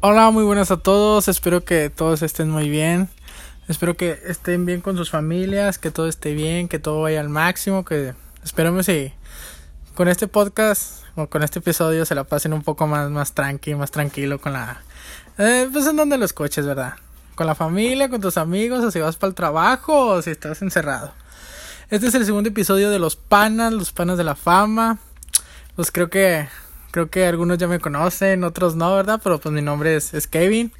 Hola, muy buenas a todos. Espero que todos estén muy bien. Espero que estén bien con sus familias, que todo esté bien, que todo vaya al máximo, que esperemos y con este podcast o con este episodio se la pasen un poco más más tranqui, más tranquilo con la eh, pues en donde los coches, ¿verdad? Con la familia, con tus amigos, o si vas para el trabajo o si estás encerrado. Este es el segundo episodio de Los Panas, Los Panas de la Fama. Pues creo que creo que algunos ya me conocen, otros no, ¿verdad? Pero pues mi nombre es, es Kevin.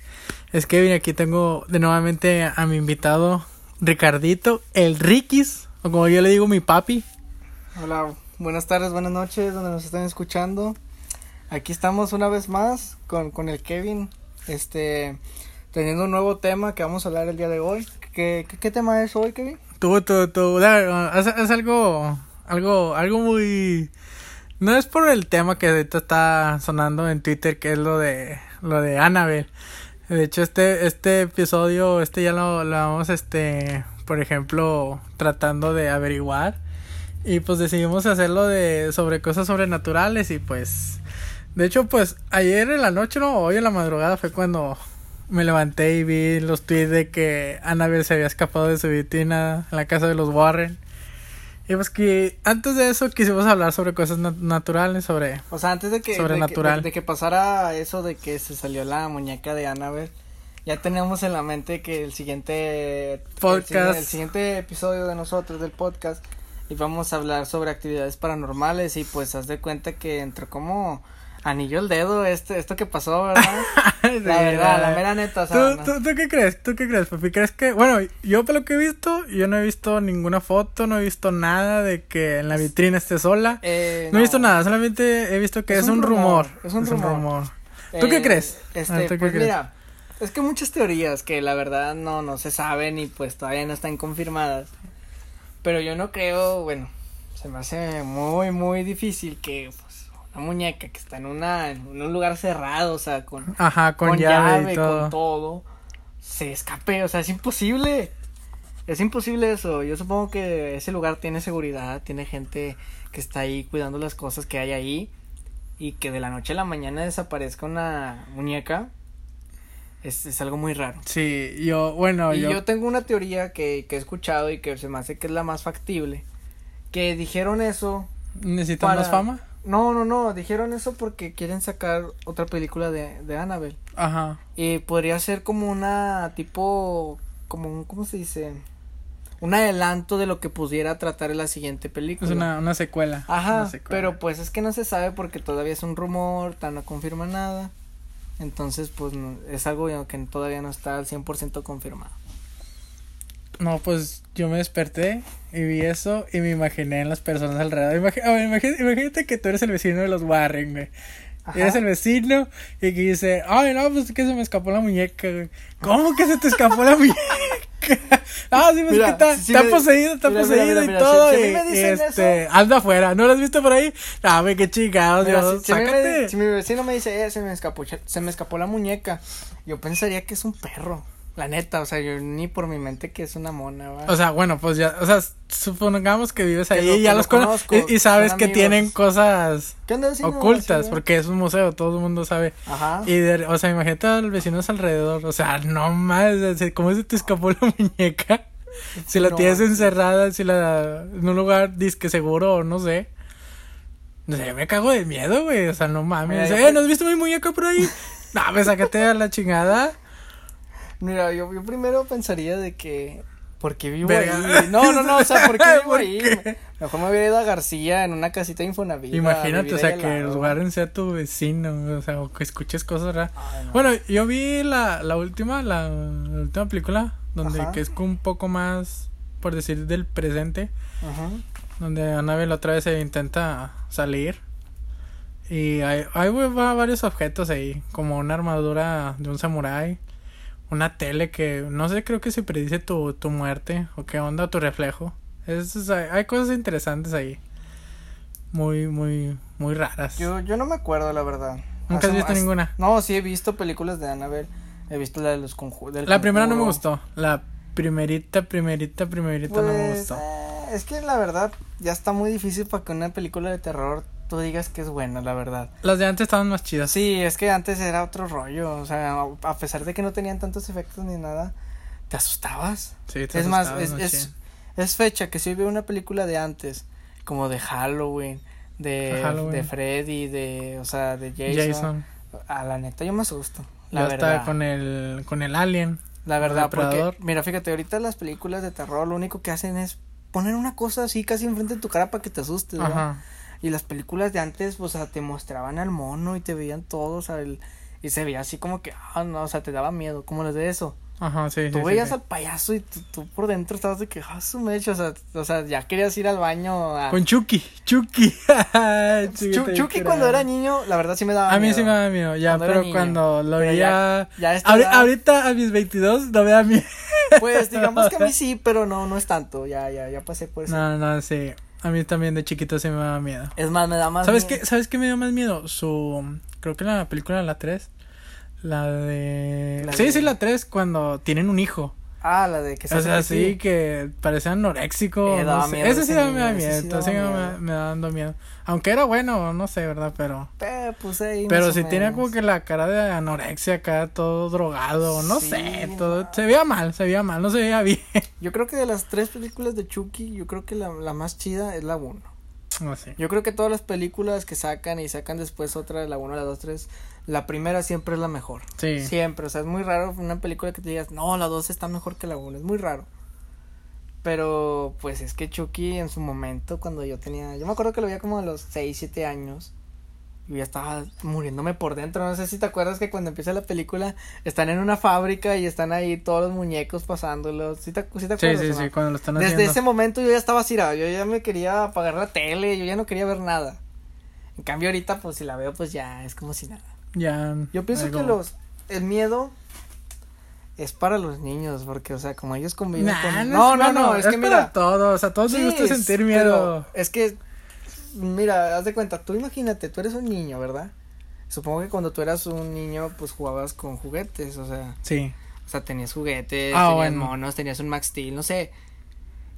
Es Kevin, aquí tengo de nuevamente a mi invitado Ricardito, el Riquis, o como yo le digo, mi papi. Hola, buenas tardes, buenas noches, donde nos están escuchando. Aquí estamos una vez más con, con el Kevin, este, teniendo un nuevo tema que vamos a hablar el día de hoy. ¿Qué, qué, qué tema es hoy, Kevin? Tú, tú, tú, da, haz, haz algo, algo, algo muy... No es por el tema que ahorita está sonando en Twitter, que es lo de lo de Annabelle. De hecho, este, este episodio, este ya lo, lo vamos, este, por ejemplo, tratando de averiguar. Y pues decidimos hacerlo de sobre cosas sobrenaturales y pues... De hecho, pues ayer en la noche, no, hoy en la madrugada fue cuando me levanté y vi los tweets de que Annabelle se había escapado de su vitrina en la casa de los Warren. Y pues que antes de eso quisimos hablar sobre cosas nat- naturales, sobre... O sea, antes de que, de que, Sobrenatural. de- de que pasara eso de que se salió la muñeca de Annabelle, ya teníamos en la mente que el siguiente el si- Podcast. el, siguiente episodio de nosotros del podcast íbamos a hablar sobre actividades paranormales y pues haz de cuenta que entró como anillo el dedo este esto que pasó, ¿verdad? la verdad, la mera neta, o ¿Tú, sea, no. tú, tú qué crees? ¿Tú qué crees, papi? ¿Crees que...? Bueno, yo por lo que he visto, yo no he visto ninguna foto, no he visto nada de que en la vitrina esté sola. Eh, no he visto nada, solamente he visto que es, un rumor. es un rumor. ¿Tú qué Eh, crees? Este, Ah, ¿tú qué pues crees? mira, es que muchas teorías que la verdad no, no se saben y pues todavía no están confirmadas. Pero yo no creo, bueno, se me hace muy, muy difícil que pues, una muñeca que está en, una, en un lugar cerrado, o sea, con, Ajá, con, con llave, y con todo. todo, se escape, o sea, es imposible. Es imposible eso. Yo supongo que ese lugar tiene seguridad, tiene gente que está ahí cuidando las cosas que hay ahí y que de la noche a la mañana desaparezca una muñeca. Es, es algo muy raro. Sí, yo, bueno, y yo... yo... tengo una teoría que, que he escuchado y que se me hace que es la más factible. Que dijeron eso. ¿Necesitas para- más fama? No, no, no. Dijeron eso porque quieren sacar otra película de, de Annabelle. Ajá. Eh, podría ser como una tipo, como un, ¿cómo se dice? Un adelanto de lo que pudiera tratar la siguiente película. Es una, una secuela. Ajá, una secuela. pero pues es que no se sabe porque todavía es un rumor, tan no confirma nada. Entonces, pues no- es algo que todavía no está al 100% confirmado. No, pues yo me desperté y vi eso y me imaginé en las personas alrededor. Imagi- ah, imagi- imagínate, que tú eres el vecino de los Warren, güey. Ajá. Y eres el vecino y que dice, ay, no, pues que se me escapó la muñeca, güey. ¿Cómo que se te escapó la muñeca? Ah, sí, pues Mira, que está, sí, sí está me- poseída, está mira, mira, poseída mira, y mira, todo. si- si y, a mí me y dicen este, anda afuera, ¿no lo has visto por ahí? Ah, güey, qué chingados, Mira, Dios, si, si a mí me- sácate. si mi vecino me dice, eh, se me escapó, cha- se me escapó la muñeca, yo pensaría que es un perro. La neta, o sea, yo ni por mi mente que es una mona, ¿va? O sea, bueno, pues ya, o sea, supongamos que vives Que ahí lo- y ya que los lo conoces conozco, y, y sabes son que amigos. tienen cosas ¿Qué onda, vecino? ocultas, Así, ¿va? porque es un museo, todo el mundo sabe. Ajá. Y, de- o sea, imagínate a los vecinos alrededor, o sea, no más, o sea, ¿cómo se te escapó la muñeca? Si la No, tienes sí. encerrada, si la... en un lugar disque seguro o no sé. No sé, yo me cago de miedo, güey, o sea, no mames. Mira, yo eh, creo- ¿no has visto mi muñeca por ahí? no, pues sácate a la chingada. Mira, yo, yo primero pensaría de que. ¿Por qué vivo Verga. ahí? No, no, no, o sea, ¿por qué vivo ¿Por ahí? qué? Mejor me hubiera ido a García en una casita de Infonavit. a Imagínate, vivir o sea, ahí al que lado. Warren sea tu vecino, o sea, o que escuches cosas raras. Ay, no. Bueno, yo vi la, la última, la, la última película, donde Ajá. que es un poco más, por decir, del presente, Ajá. donde Annabelle otra vez se intenta salir. Y hay, hay va- va- varios objetos ahí, como una armadura de un samurái, una tele que, no sé, creo que se predice tu, tu muerte, o qué onda, tu reflejo. Es, es- hay, hay cosas interesantes ahí. Muy, muy, muy raras. Yo, yo no me acuerdo, la verdad. ¿Nunca has Hace- visto hace- ninguna? No, sí he visto películas de Annabelle. He visto la de los conjuros. La primera no me gustó. La primerita, primerita, Pues, primerita no me gustó. eh, es que la verdad ya está muy difícil para que una película de terror tú digas que es buena, la verdad. Las de antes estaban más chidas. Sí, es que antes era otro rollo, o sea, a pesar de que no tenían tantos efectos ni nada, te asustabas. Sí, te es más, asustabas, es, ¿no, es, chin? es fecha que si veo una película de antes, como de Halloween, de, De Halloween. de Freddy, de, o sea, de Jason. Jason. A la neta, yo me asusto. La Ya verdad. está con el, con el alien. La verdad, porque, Depredador. mira, fíjate, ahorita las películas de terror lo único que hacen es poner una cosa así casi enfrente de tu cara para que te asustes, ¿verdad? Ajá. Y las películas de antes, pues, o sea, te mostraban al mono y te veían todo, o sea, el- y se veía así como que, ah, no, o sea, te daba miedo, como las de eso. Ajá, sí. tú sí, sí, veías sí. al payaso y tú, tú por dentro estabas de que, ah, su mecha, o sea, o sea, ya querías ir al baño a... Con Chucky. Chucky. Chucky, te Chu- Chucky dijera. cuando era niño, la verdad sí me daba A mí miedo. sí me da miedo, ya, Cuando era pero niño. cuando lo Pero veía. ya a esta Ahori- edad- Ahorita a mis 22 no me da miedo. Pues digamos que a mí sí, pero no, no es tanto, ya, ya, ya pasé por eso. No, no, sí. A mí también de chiquito sí me daba miedo. Es más, me da más ¿Sabes miedo. qué, ¿Sabes qué me dio más miedo? Su. Creo que la película la 3. La de. La sí, de- sí, la 3, cuando tienen un hijo. Ah, la de que o hace sea, pipí. sí, que parecía anoréxico. Eh, no daba sé. miedo Ese ese sí me niño, da ese miedo. sí Ese sí daba me, miedo. me daba dando miedo. Aunque era bueno, no sé, ¿verdad? Pero. Eh, pues ahí Pero más o si tenía menos. como que la cara de anorexia acá, todo drogado, no Sí, sé, no. todo. Se veía mal, se veía mal, no se veía bien. Yo creo que de las tres películas de Chucky, yo creo que la, la más chida es la 1. No sé. Yo creo que todas las películas que sacan y sacan después otra, la 1, la 2, 3, la primera siempre es la mejor. Sí. Siempre, o sea, es muy raro una película que te digas, no, la 2 está mejor que la 1, es muy raro. Pero pues es que Chucky en su momento, cuando yo tenía, yo me acuerdo que lo veía como a los 6, 7 años. Yo ya estaba muriéndome por dentro. No sé si te acuerdas que cuando empieza la película están en una fábrica y están ahí todos los muñecos pasándolos. ¿Sí te, sí te Sí, acuerdas? sí, o no? sí, cuando lo están Desde haciendo. ese momento yo ya estaba cirado, yo ya me quería apagar la tele, yo ya no quería ver nada. En cambio ahorita pues si la veo pues ya es como si nada. Ya. Yo pienso algo- que los el miedo es para los niños porque o sea, como ellos conviven Nah, con no, no, no, es, que para todos, a todos les Sí, gusta es- sentir pero miedo. Es que, mira, haz de cuenta, tú imagínate, tú eres un niño, ¿verdad? Supongo que cuando tú eras un niño, pues jugabas con juguetes, o sea, Sí. o sea tenías juguetes, Ah, tenías bueno. monos, tenías un Max Steel, no sé.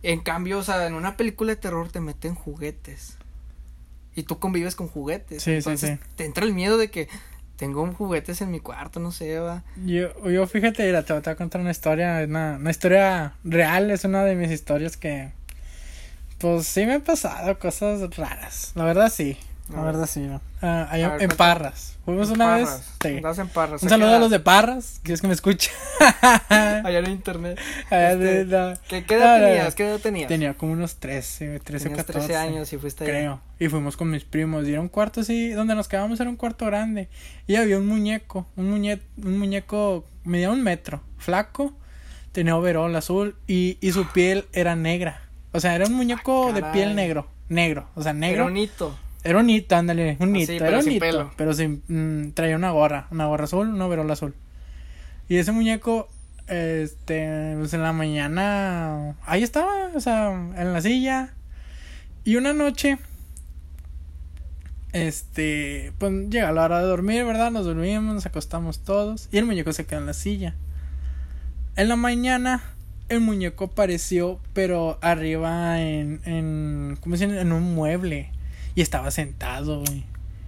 En cambio, o sea, en una película de terror te meten juguetes. Y tú convives con juguetes. Sí, sí, entonces, Te entra el miedo de que tengo un juguetes en mi cuarto, no sé, va. Yo, yo fíjate, mira, te, te voy a contar una historia, una, una historia real, es una de mis historias que. Pues sí me han pasado cosas raras. La verdad sí. A La ver. verdad sí, ¿no? Ah, allá A ver, en cuéntame. Parras. Fuimos una Parras, vez. sí. andabas en parras. Un ¿a qué saludo a edad? los de Parras, que es que me escucha. Allá en internet. Allá Este, de la- ¿Qué, qué No, edad no, no. tenías? ¿Qué edad tenías? Ah, Tenía como unos 13, 13 Tenías 14. 13 años y fuiste allá. Creo. Y fuimos con mis primos. Y era un cuarto así, donde nos quedábamos era un cuarto grande. Y había un muñeco, un, muñe un muñeco, medía un metro, flaco, tenía overol azul y, y su piel era negra. O sea, era un muñeco de Ah, caray. piel negro, negro, o sea, negro. Era un hito. Era un hito, ándale, un Así, hito, pero era un sin hito, pelo. pero sin, mm, traía una gorra, una gorra azul, una overola azul. Y ese muñeco, este, pues en la mañana, ahí estaba, o sea, en la silla. Y una noche, este, pues llega la hora de dormir, ¿verdad? Nos dormimos, nos acostamos todos y el muñeco se quedó en la silla. En la mañana, el muñeco apareció, pero arriba en, en ¿cómo se llama? En un mueble. Y estaba sentado, güey.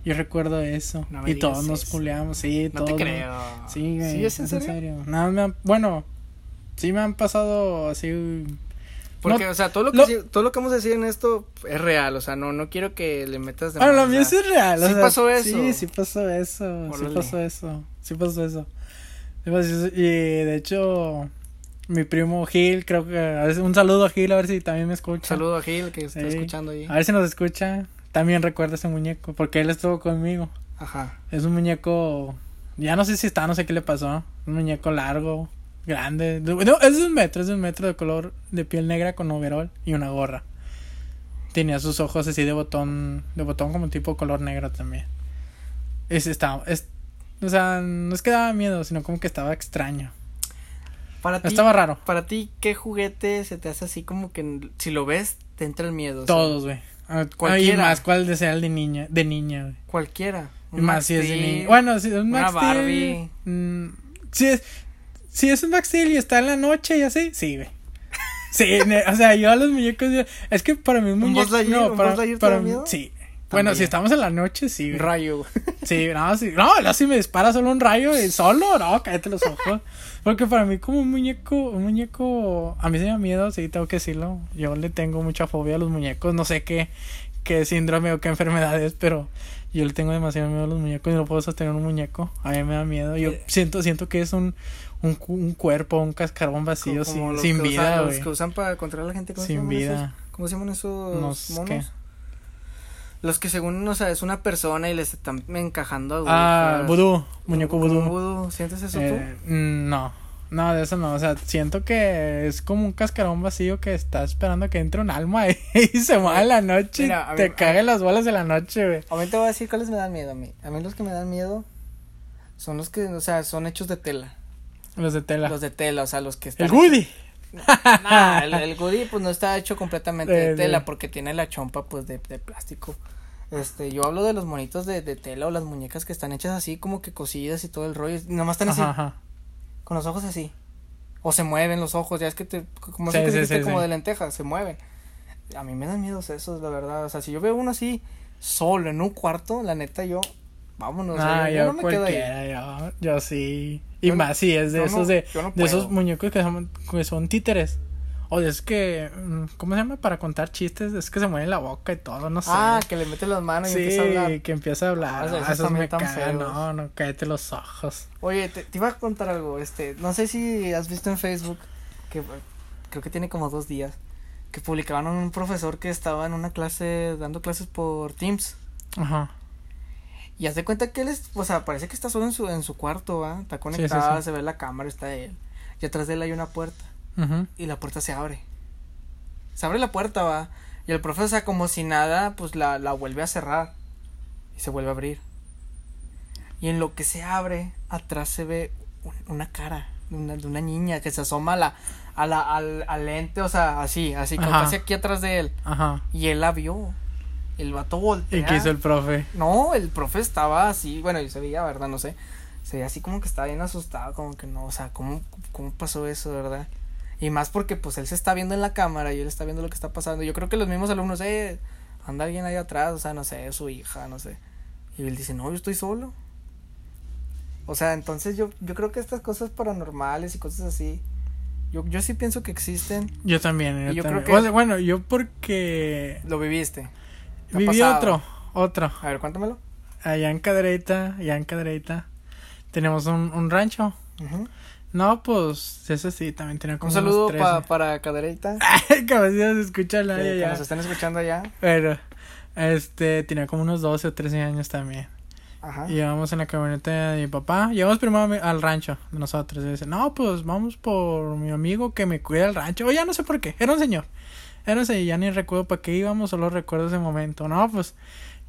Yo recuerdo eso. No me y todos digas nos eso. culeamos, sí, No todos. te nos- creo. Sí, güey. ¿Sí es en serio? Nada, me han- bueno, sí me han pasado así. Porque, No, o sea, todo lo, que, no. sí- todo lo que vamos a decir en esto es real. O sea, no, no quiero que le metas de Ah, más, lo o mío sí sea, es real. o sí sea, pasó eso. Sí, sí pasó eso. Sí Órale. pasó eso. Sí pasó eso. Sí pasó eso, Y de hecho, mi primo Gil, creo que. a ver, un saludo a Gil, a ver si también me escucha. Saludo a Gil que está Sí. escuchando ahí. A ver si nos escucha. También recuerda ese muñeco, porque él estuvo conmigo. Ajá. Es un muñeco. Ya no sé si está, no sé qué le pasó. Un muñeco largo, grande. de- No, es de un metro, es de un metro de color de piel negra con overol y una gorra. Tenía sus ojos así de botón, de botón como tipo color negro también. Ese estaba. Es, o sea, no es que daba miedo, sino como que estaba extraño. Para ti, Estaba raro. para ti, ¿qué juguete se te hace así como que n- si lo ves te entra el miedo? o sea, Todos, güey. Ah, Y Cualquiera. más cuál desea el de niña, de niña, güey. Cualquiera. Y Un más si es de Max niño. Steel. Bueno, si es un una Max Barbie. Steel. mm, si es. Si es un Max Steel y está en la noche y así, sí, güey. Sí, ne- o sea, yo a los muñecos. yo- es que para mí un ¿Un muñeco. Buzz Lightyear? no, ¿Un para, Buzz Lightyear te para da mí- miedo? Sí. Bueno, si estamos en la noche, sí. güey. Rayo. güey. Sí, no, sí. No, no, si me dispara solo un rayo y solo, no, cállate los ojos. Porque para mí, como un muñeco, un muñeco, a mí se me da miedo, sí, tengo que decirlo. Yo le tengo mucha fobia a los muñecos, no sé qué, qué síndrome o qué enfermedad es, pero yo le tengo demasiado miedo a los muñecos y no puedo sostener un muñeco. A mí me da miedo. Yo Eh. siento, siento que es un, un, cu- un cuerpo, un cascarón vacío, Co- sin, los sin que usan- vida, Los güey. que usan para controlar a la gente. ¿cómo se Sin llaman vida. esos? ¿Cómo se llaman esos No sé monos? qué. Los que según, o sea, es una persona y les están encajando a Ah, agujas. vudú, muñeco Como vudú. vudú. ¿Sientes eso Eh, mm, no, no, de eso no. O sea, siento que es como un cascarón vacío que está esperando que entre un alma ahí y se mueva en la noche. y Mira, a te mí- cagan las bolas de la noche, güey. tú? A mí te voy a decir cuáles me dan miedo a mí. A mí los que me dan miedo son los que, o sea, son hechos de tela. Los de tela. Los de tela, o sea, los que están... El Woody. Nah, el, el goodie, pues no está hecho completamente Sí, de sí. tela porque tiene la chompa pues de, de plástico. Este, yo hablo de los monitos de, de tela o las muñecas que están hechas así como que cosidas y todo el rollo. y Nomás están así, Ajá, ajá. con los ojos así. O se mueven los ojos, ya es que te, como, Sí, eso que sí, dijiste, sí, como sí. de lentejas, se mueven. A mí me dan miedos esos, la verdad. O sea, si yo veo uno así, solo en un cuarto, la neta yo, vámonos. o sea, Ah, yo, yo, yo no me quedo ahí. cualquiera, yo, yo sí. Y Yo no- más si es de yo no- esos de, yo no de esos puedo. muñecos que son, que son títeres. O de es que, mm, ¿cómo se llama? Para contar chistes, es que se mueven la boca y todo, no sé. Ah, que le metes las manos y eh. sí, empieza a hablar. que empieza a hablar. Ah, o sea, Ah, esos esos también me tan cagan, feos. no, no, cállate los ojos. Oye, te, te iba a contar algo, este, no sé si has visto en Facebook, que eh, creo que tiene como dos días, que publicaban a un profesor que estaba en una clase, dando clases por Teams, Ajá. y hace cuenta que él, es, o sea, parece que está solo en su, en su cuarto, ¿va? Está sí, conectada, sí. se ve la cámara, está él, y atrás de él hay una puerta, Ajá. y la puerta se abre, se abre la puerta, ¿va? Y el profesor, o sea, como si nada, pues la, la vuelve a cerrar, y se vuelve a abrir, y en lo que se abre, atrás se ve un- una cara de una, de una niña que se asoma a la, a la, al, al lente, o sea, así, así, como Ajá. casi aquí atrás de él. Ajá. Y él la vio. El vato voltea. ¿Y qué hizo el profe? No, el profe estaba así, bueno, yo se veía, ¿verdad? No sé. Se veía así como que estaba bien asustado, como que no, o sea, ¿cómo, cómo pasó eso, verdad? Y más porque, pues, él se está viendo en la cámara y él está viendo lo que está pasando. Yo creo que los mismos alumnos, eh, anda alguien ahí atrás, o sea, no sé, su hija, no sé. Y él dice, no, yo estoy solo. O sea, entonces yo, yo creo que estas cosas paranormales y cosas así, yo, yo sí pienso que existen. Yo también, yo, Y yo creo también. que- O sea, bueno, yo porque Lo viviste. ¿Te ha viví pasado? otro, otro. A ver, cuéntamelo. Allá en Cadereyta, allá en Cadereyta, tenemos un, un rancho. Ujú. No, pues, eso sí, también tenía como Un saludo unos pa- 13. para Cadereita. Ay, cabecitas, escucha la que, que ya. nos están escuchando allá. Pero, este, tenía como unos 12 o 13 años también. Ajá. Y íbamos en la camioneta de mi papá. Llegamos primero a mi- al rancho de nosotros. Y dice, no, pues vamos por mi amigo que me cuida el rancho. O ya no sé por qué. Era un señor. Era un señor. Ya ni recuerdo para qué íbamos. Solo recuerdo ese momento. No, pues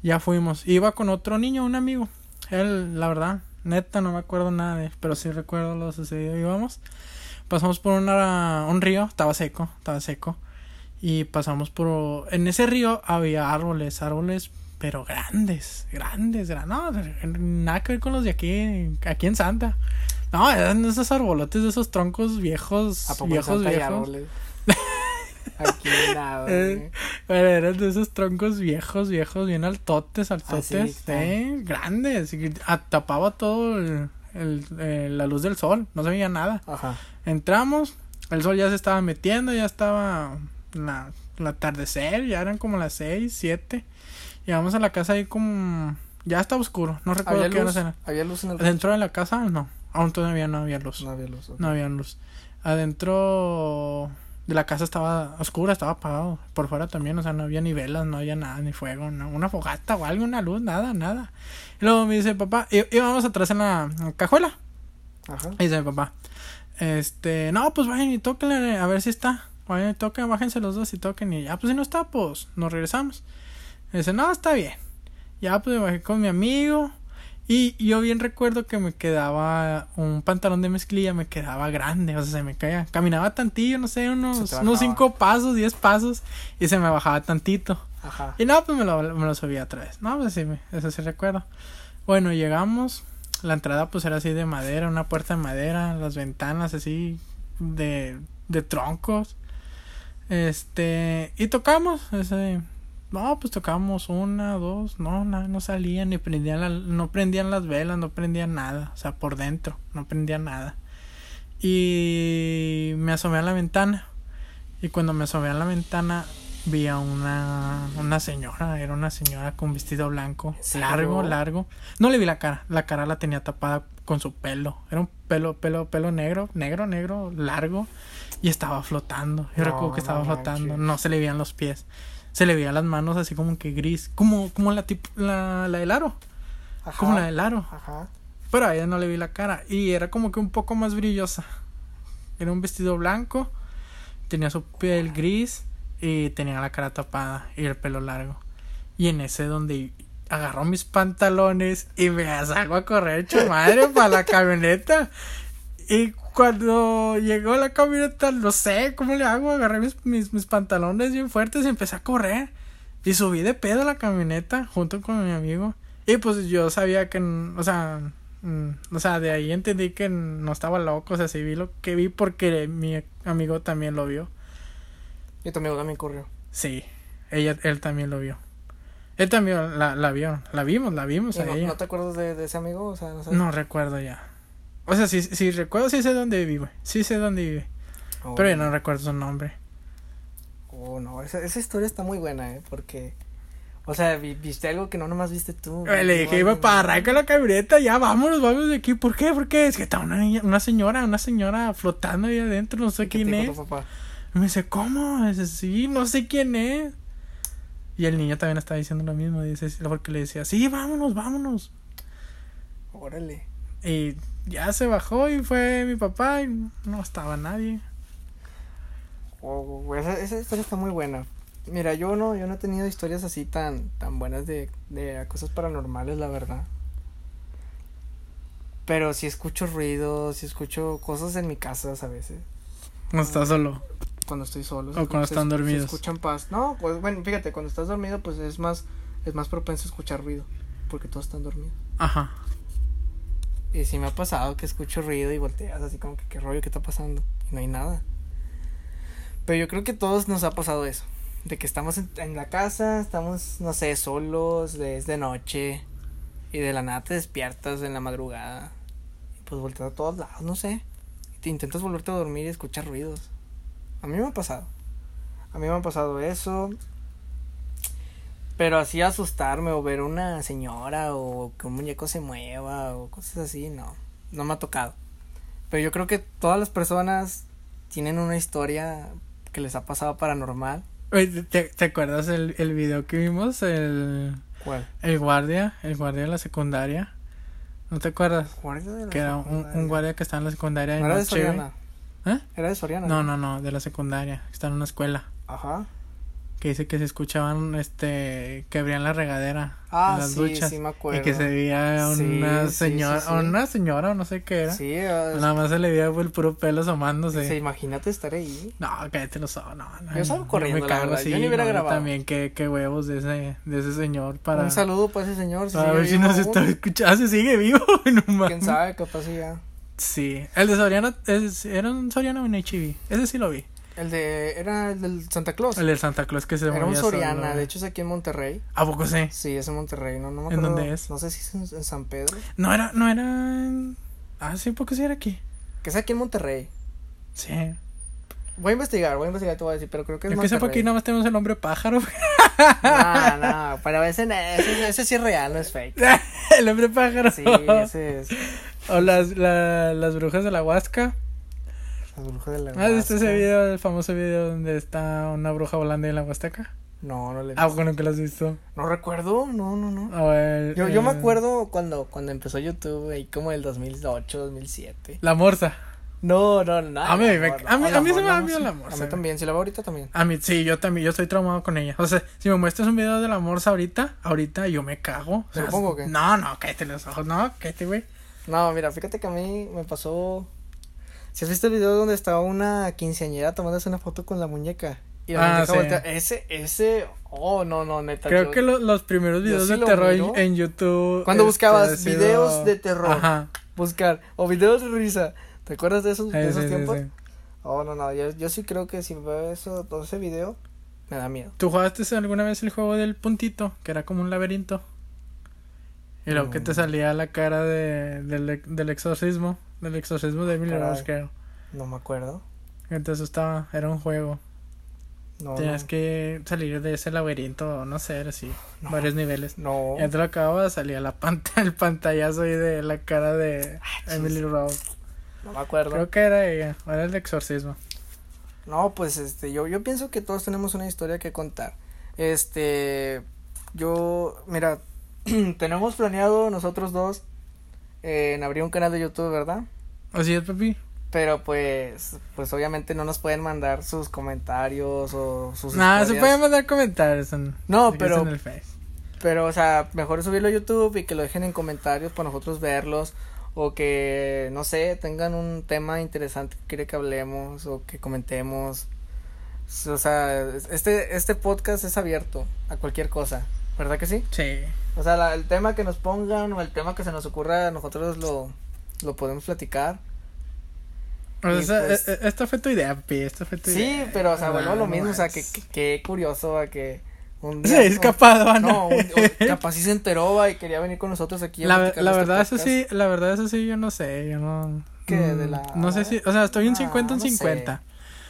ya fuimos. Iba con otro niño, un amigo. Él, la verdad, neta, no me acuerdo nada de él, Pero sí recuerdo lo sucedido. Íbamos. Pasamos por una, un río. Estaba seco. Estaba seco. Y pasamos por... En ese río había árboles, árboles, pero grandes, grandes, grandes. No, nada que ver con los de aquí, aquí en Santa. No, eran esos arbolotes, esos troncos viejos, ¿A poco en viejos, Santa hay viejos. árboles? Aquí nada, Eh, Pero eran de esos troncos viejos, viejos, bien Ah, altotes, altotes, está. eh, grandes. Y a- tapaba todo el- el- eh, la luz del sol, no se veía nada. Ajá. Entramos, el sol ya se estaba metiendo, ya estaba la, el atardecer, ya eran como las seis, siete. Llegamos a la casa ahí como... Ya estaba oscuro, no recuerdo ¿Había qué hora luz? era. ¿Había luz en el pues, Dentro de la casa, no, aún todavía no había luz. No había luz. ok. No había luz. Adentro de la casa estaba oscura, estaba apagado. Por fuera también, o sea, no había ni velas, no había nada, ni fuego, no, una fogata o algo, una luz, nada, nada. Y luego me dice papá, y, íbamos atrás en la, en la cajuela. Ajá. Y dice mi papá, este, no, pues vayan y toquen a ver si está. Vayan y toquen, bájense los dos y toquen. Y ya, pues si no está, pues nos regresamos. Y dice, no, está bien. Ya, pues me bajé con mi amigo. Y y yo bien recuerdo que me quedaba un pantalón de mezclilla, me quedaba grande, o sea, se me caía. Caminaba tantillo, no sé, unos, Se te unos bajaba. cinco pasos, diez pasos, y se me bajaba tantito. Ajá. Y no, pues me lo, me lo subí otra vez. No, pues sí, me- eso sí recuerdo. Bueno, llegamos. La entrada pues era así de madera, una puerta de madera, las ventanas así de, de troncos. Este, y tocamos. Ese, No, pues tocábamos una, dos, no, na- no salían, ni prendían la- no prendían las velas, no prendían nada, o sea, por dentro, no prendían nada. Y me asomé a la ventana, y cuando me asomé a la ventana, vi a una, una señora, era una señora con vestido blanco, ¿En serio? largo, largo. No le vi la cara, la cara la tenía tapada con su pelo, era un pelo, pelo, pelo negro, negro, negro, largo, y estaba flotando, yo No, recuerdo que estaba no flotando, manches. no se le veían los pies. Se le veía las manos así como que gris, como, como la, tip- la, la del aro, Ajá. como la del aro. Ajá. Pero a ella no le vi la cara y era como que un poco más brillosa. Era un vestido blanco, tenía su piel gris y tenía la cara tapada y el pelo largo. Y en ese donde agarró mis pantalones y me salgo a correr hecho madre para la camioneta. Y cuando llegó la camioneta, no sé cómo le hago, agarré mis, mis, mis pantalones bien fuertes y empecé a correr. Y subí de pedo a la camioneta junto con mi amigo. Y pues yo sabía que, n- o sea, mm, o sea, de ahí entendí que no estaba loco, o sea, sí vi lo que vi porque mi amigo también lo vio. Y tu amigo también corrió. Sí, ella, él también lo vio. Él también la, la vio, la vimos, la vimos ¿Y a no, ella. ¿no te acuerdas de, de ese amigo? O sea, no sabes. No recuerdo ya. O sea, sí, sí recuerdo, sí sé dónde vive, sí sé dónde vive, Oh, pero ya no recuerdo su nombre. Oh, no. Esa, esa historia está muy buena, ¿eh? Porque. O sea, vi- viste algo que no nomás viste tú. Eh, Le dije, iba para arrancar la camioneta, ya vámonos, vámonos de aquí. ¿Por qué? ¿Por qué? Es que está una niña, una señora, una señora flotando ahí adentro, no sé quién es. Y me dice, ¿cómo? Dice, sí, no sé quién es. Y el niño también estaba diciendo lo mismo, dice, porque le decía, sí, vámonos, vámonos. Órale. Y ya se bajó y fue mi papá y no estaba nadie. Oh, güey, esa, esa historia está muy buena. Mira, yo no, yo no he tenido historias así tan, tan buenas de, de cosas paranormales, la verdad. Pero sí escucho ruidos, sí escucho cosas en mi casa a veces. No Oh. está solo. Cuando estoy solo. O se escu- cuando se están escu- se dormidos. escuchan paz. No, pues bueno, fíjate, cuando estás dormido, pues es más, es más propenso a escuchar ruido. Porque todos están dormidos. Ajá. Y sí me ha pasado que escucho ruido y volteas así como que qué rollo, qué está pasando. Y no hay nada. Pero yo creo que a todos nos ha pasado eso. De que estamos en, en la casa, estamos, no sé, solos, de- es de noche. Y de la nada te despiertas en la madrugada. Y pues volteas a todos lados, no sé. Y te intentas volverte a dormir y escuchar ruidos. A mí me ha pasado. A mí me ha pasado eso. Pero así asustarme o ver una señora o que un muñeco se mueva o cosas así, no. No me ha tocado. Pero yo creo que todas las personas tienen una historia que les ha pasado paranormal. Oye, ¿Te, te- te acuerdas el, el video que vimos? El, ¿Cuál? el guardia, el guardia de la secundaria. ¿No te acuerdas? Guardia de la Que era un, secundaria. un guardia que estaba en la secundaria. y No era de más chévere. Soriana. ¿Eh? Era de Soriana. No, no, no, de la secundaria. que Está en una escuela. Ajá. Que dice que se escuchaban, este, que abrían la regadera. Ah, las sí, duchas. sí me acuerdo. Y que se veía Sí, una sí, sí, señora, sí. o una señora, o no sé qué era. Sí, ah, Nada más se le veía el puro pelo asomándose. sí, imagínate estar ahí. No, cállate los ojos, no, no. Yo salgo me corriendo, la cago, verdad, sí, yo ni hubiera no, grabado. También, qué, qué huevos de ese, de ese señor para. Un saludo para ese señor. si para sigue ver si vivo nos aún. está escuchando. Ah, se sigue vivo, no mames. Quién sabe, capaz y ya. Sí. El de Soriana, es- era un Soriana o un HIV. Ese sí lo vi. El de. Era el del Santa Claus. El del Santa Claus que se Pues Era un movía Soriana, solo. de hecho es aquí en Monterrey. ¿A poco sí? Sí, es en Monterrey, no, no me ¿En acuerdo. dónde es? No sé si es en, en San Pedro. No era, no era. en- Ah, sí, porque sí era aquí. Que es aquí en Monterrey. Sí. Voy a investigar, voy a investigar, te voy a decir, pero creo que es Yo que Monterrey. sepa que nada más tenemos el nombre pájaro. No, no, pero ese, ese, ese sí es real, no es fake. el hombre pájaro. Sí, ese es O las, la- las brujas de la Huasca. la bruja de la ¿Has visto ese Huasca. video, el famoso video donde está una bruja volando en la Huasteca? No, no le Ah, bueno, que lo has visto. eh, No recuerdo, no, no, no. O el- Yo, yo me el- acuerdo cuando, cuando empezó YouTube, ahí como el 2008, 2007. La morsa. No, no, no. A mí me- no, no, a mí- no, a mí no, se me no, da no, miedo sí. la A morsa. mí también, si la veo ahorita también. A mí, sí, yo también, yo estoy traumado con ella. O sea, si me muestras un video de la morsa ahorita, ahorita yo me cago. O sea, ¿Te lo pongo o qué? No, no, cállate los ojos, no, cállate, güey. No, mira, fíjate que a mí me pasó. Si has visto el video donde estaba una quinceañera tomándose una foto con la muñeca. Y la Ah, muñeca sí. voltea. Ese, ese. Oh, no, no, neta. Creo yo- que lo- los primeros videos sí de lo terror en, miro. en YouTube. este, ¿Cuándo buscabas ha sido- videos de terror? Ajá. Buscar. O videos de risa. ¿Te acuerdas de esos, de Sí, esos sí, sí, tiempos? sí. Oh, no, no. Yo, yo sí creo que si veo eso, todo ese video, Me da miedo. ¿Tú jugaste alguna vez el juego del puntito? Que era como un laberinto. Y luego que No. te salía la cara de, del, del exorcismo. Del exorcismo de Emily Caray. Rose, creo. No me acuerdo. Que te asustaba. Era un juego. No. Tenías Oh, no. que salir de ese laberinto, no sé, era así. No. Oh. Varios niveles. No. Ya te lo acababas, salía la panta, el pantallazo ahí de la cara de chis. Emily Rose. No me acuerdo. Creo que era ella. o Era el exorcismo. No, pues este, yo, yo pienso que todos tenemos una historia que contar. Este, yo, mira, tenemos planeado nosotros dos eh, en abrir un canal de YouTube, ¿verdad? Así es, papi. Pero pues, pues obviamente no nos pueden mandar sus comentarios o sus Nada, se historias. pueden mandar comentarios. en- No, si quieres pero- En el Face. Pero, o sea, mejor subirlo a YouTube y que lo dejen en comentarios para nosotros verlos. O que, no sé, tengan un tema interesante que quiere que hablemos o que comentemos. O sea, este, este podcast es abierto a cualquier cosa, ¿verdad que sí? Sí. O sea, la- el tema que nos pongan o el tema que se nos ocurra, nosotros lo, lo podemos platicar. O Y sea, pues- e- e- esta fue tu idea, papi. Esta fue tu idea. Sí, pero, o sea, vuelvo a lo Ah, No mismo, o sea, más. que, que, que curioso, a que un Se día- escapado, No, no. un- o- capaz sí se enteró va, y quería venir con nosotros aquí. a La, platicar la de este verdad, eso podcast. sí, la verdad, eso sí, yo no sé, yo no. ¿Qué, de mm, la- No sé si, o sea, estoy un Ah, 50 en no sé. 50.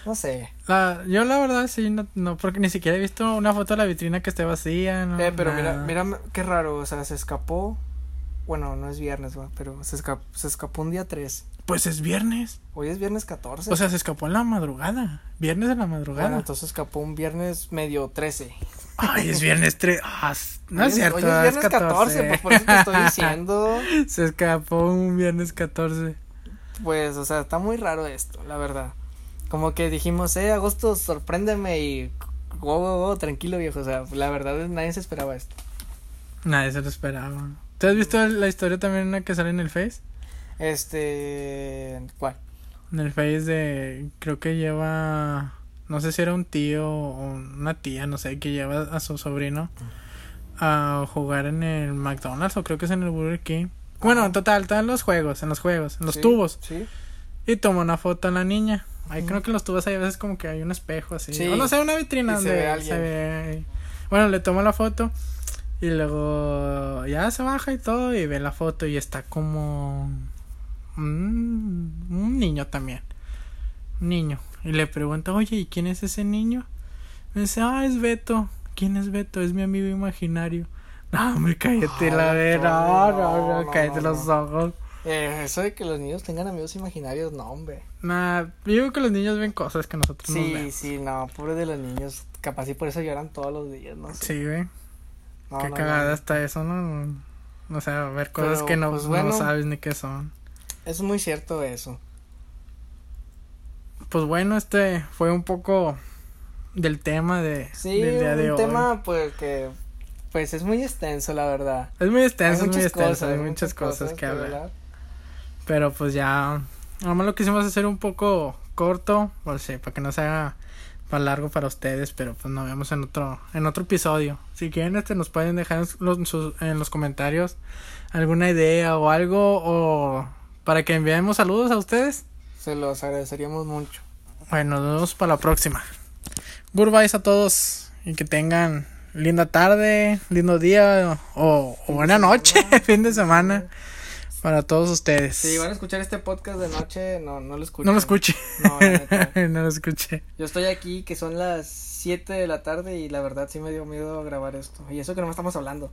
No sé. La, yo la verdad sí, no, no, porque ni siquiera he visto una foto de la vitrina que esté vacía, no. Eh, pero nada. mira, mira qué raro, o sea, se escapó. Bueno, no es viernes, va, pero se, esca- se escapó un día 3. Pues es viernes, Hoy es viernes 14. o sea, se escapó en la madrugada, viernes en la madrugada. bueno, entonces escapó un viernes medio 13. Ay, es viernes 3, ah, s- no Hoy es cierto, Hoy es viernes 14, pues por eso te estoy diciendo. Se escapó un viernes 14. Pues, o sea, está muy raro esto, la verdad. Como que dijimos, eh, agosto, sorpréndeme y. Wow, wow, wow, tranquilo, viejo. O sea, la verdad, nadie se esperaba esto. Nadie se lo esperaba. ¿Tú has visto la historia también una que sale en el Face? Este. ¿Cuál? En el Face de. Creo que lleva. No sé si era un tío o una tía, no sé, que lleva a su sobrino a jugar en el McDonald's o creo que es en el Burger King. Bueno, en total, están los juegos, en los juegos, en los Sí, tubos. Sí. Y toma una foto a la niña. Ahí Ujú. creo que los tubos hay veces como que hay un espejo así. Sí. O no sé, una vitrina Y se donde ve alguien. ve- Bueno, le toma la foto y luego ya se baja y todo y ve la foto y está como un, un niño también. Un niño. Y le pregunta, oye, ¿y quién es ese niño? Me dice, ah, es Beto. ¿Quién es Beto? Es mi amigo imaginario. No, hombre, cállate Ah, la no, de... No, no, no, no, no, cállate no, los no. ojos. Eh, eso de que los niños tengan amigos imaginarios, no, hombre. Nah, yo digo que los niños ven cosas que nosotros no Sí, vemos. sí, no, pobre de los niños. Capaz y por eso lloran todos los días, no sé. Sí, güey. No, qué no, no. cagada está eso, ¿no? Mm, O sea, ver cosas Pero, que no, pues, no bueno. sabes ni qué son. Es muy cierto eso. Pues bueno, este fue un poco del tema de, Sí, del día de un hoy. tema, pues, que. Pues es muy extenso, la verdad. Es muy Hay extenso, es muy muchas extenso, cosas, hay muchas cosas que hablar. hablar. Pero pues ya, nomás lo quisimos hacer un poco corto, pues sí, para que no se haga para largo para ustedes, pero pues nos vemos en otro, en otro episodio. Si quieren, este nos pueden dejar en los, sus- en los comentarios alguna idea o algo, o para que enviemos saludos a ustedes. Se los agradeceríamos mucho. Bueno, nos vemos para la próxima. Goodbyes a todos y que tengan linda tarde, lindo día o, o buena noche, fin de semana para todos ustedes. Si van a escuchar este podcast de noche, no, no lo escuchen. No lo escuché. No, la neta. no lo escuché. Yo estoy aquí, que son las 7 de la tarde, y la verdad sí me dio miedo grabar esto. Y eso que no estamos hablando.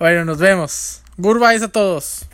Bueno, nos vemos. Goodbyes a todos.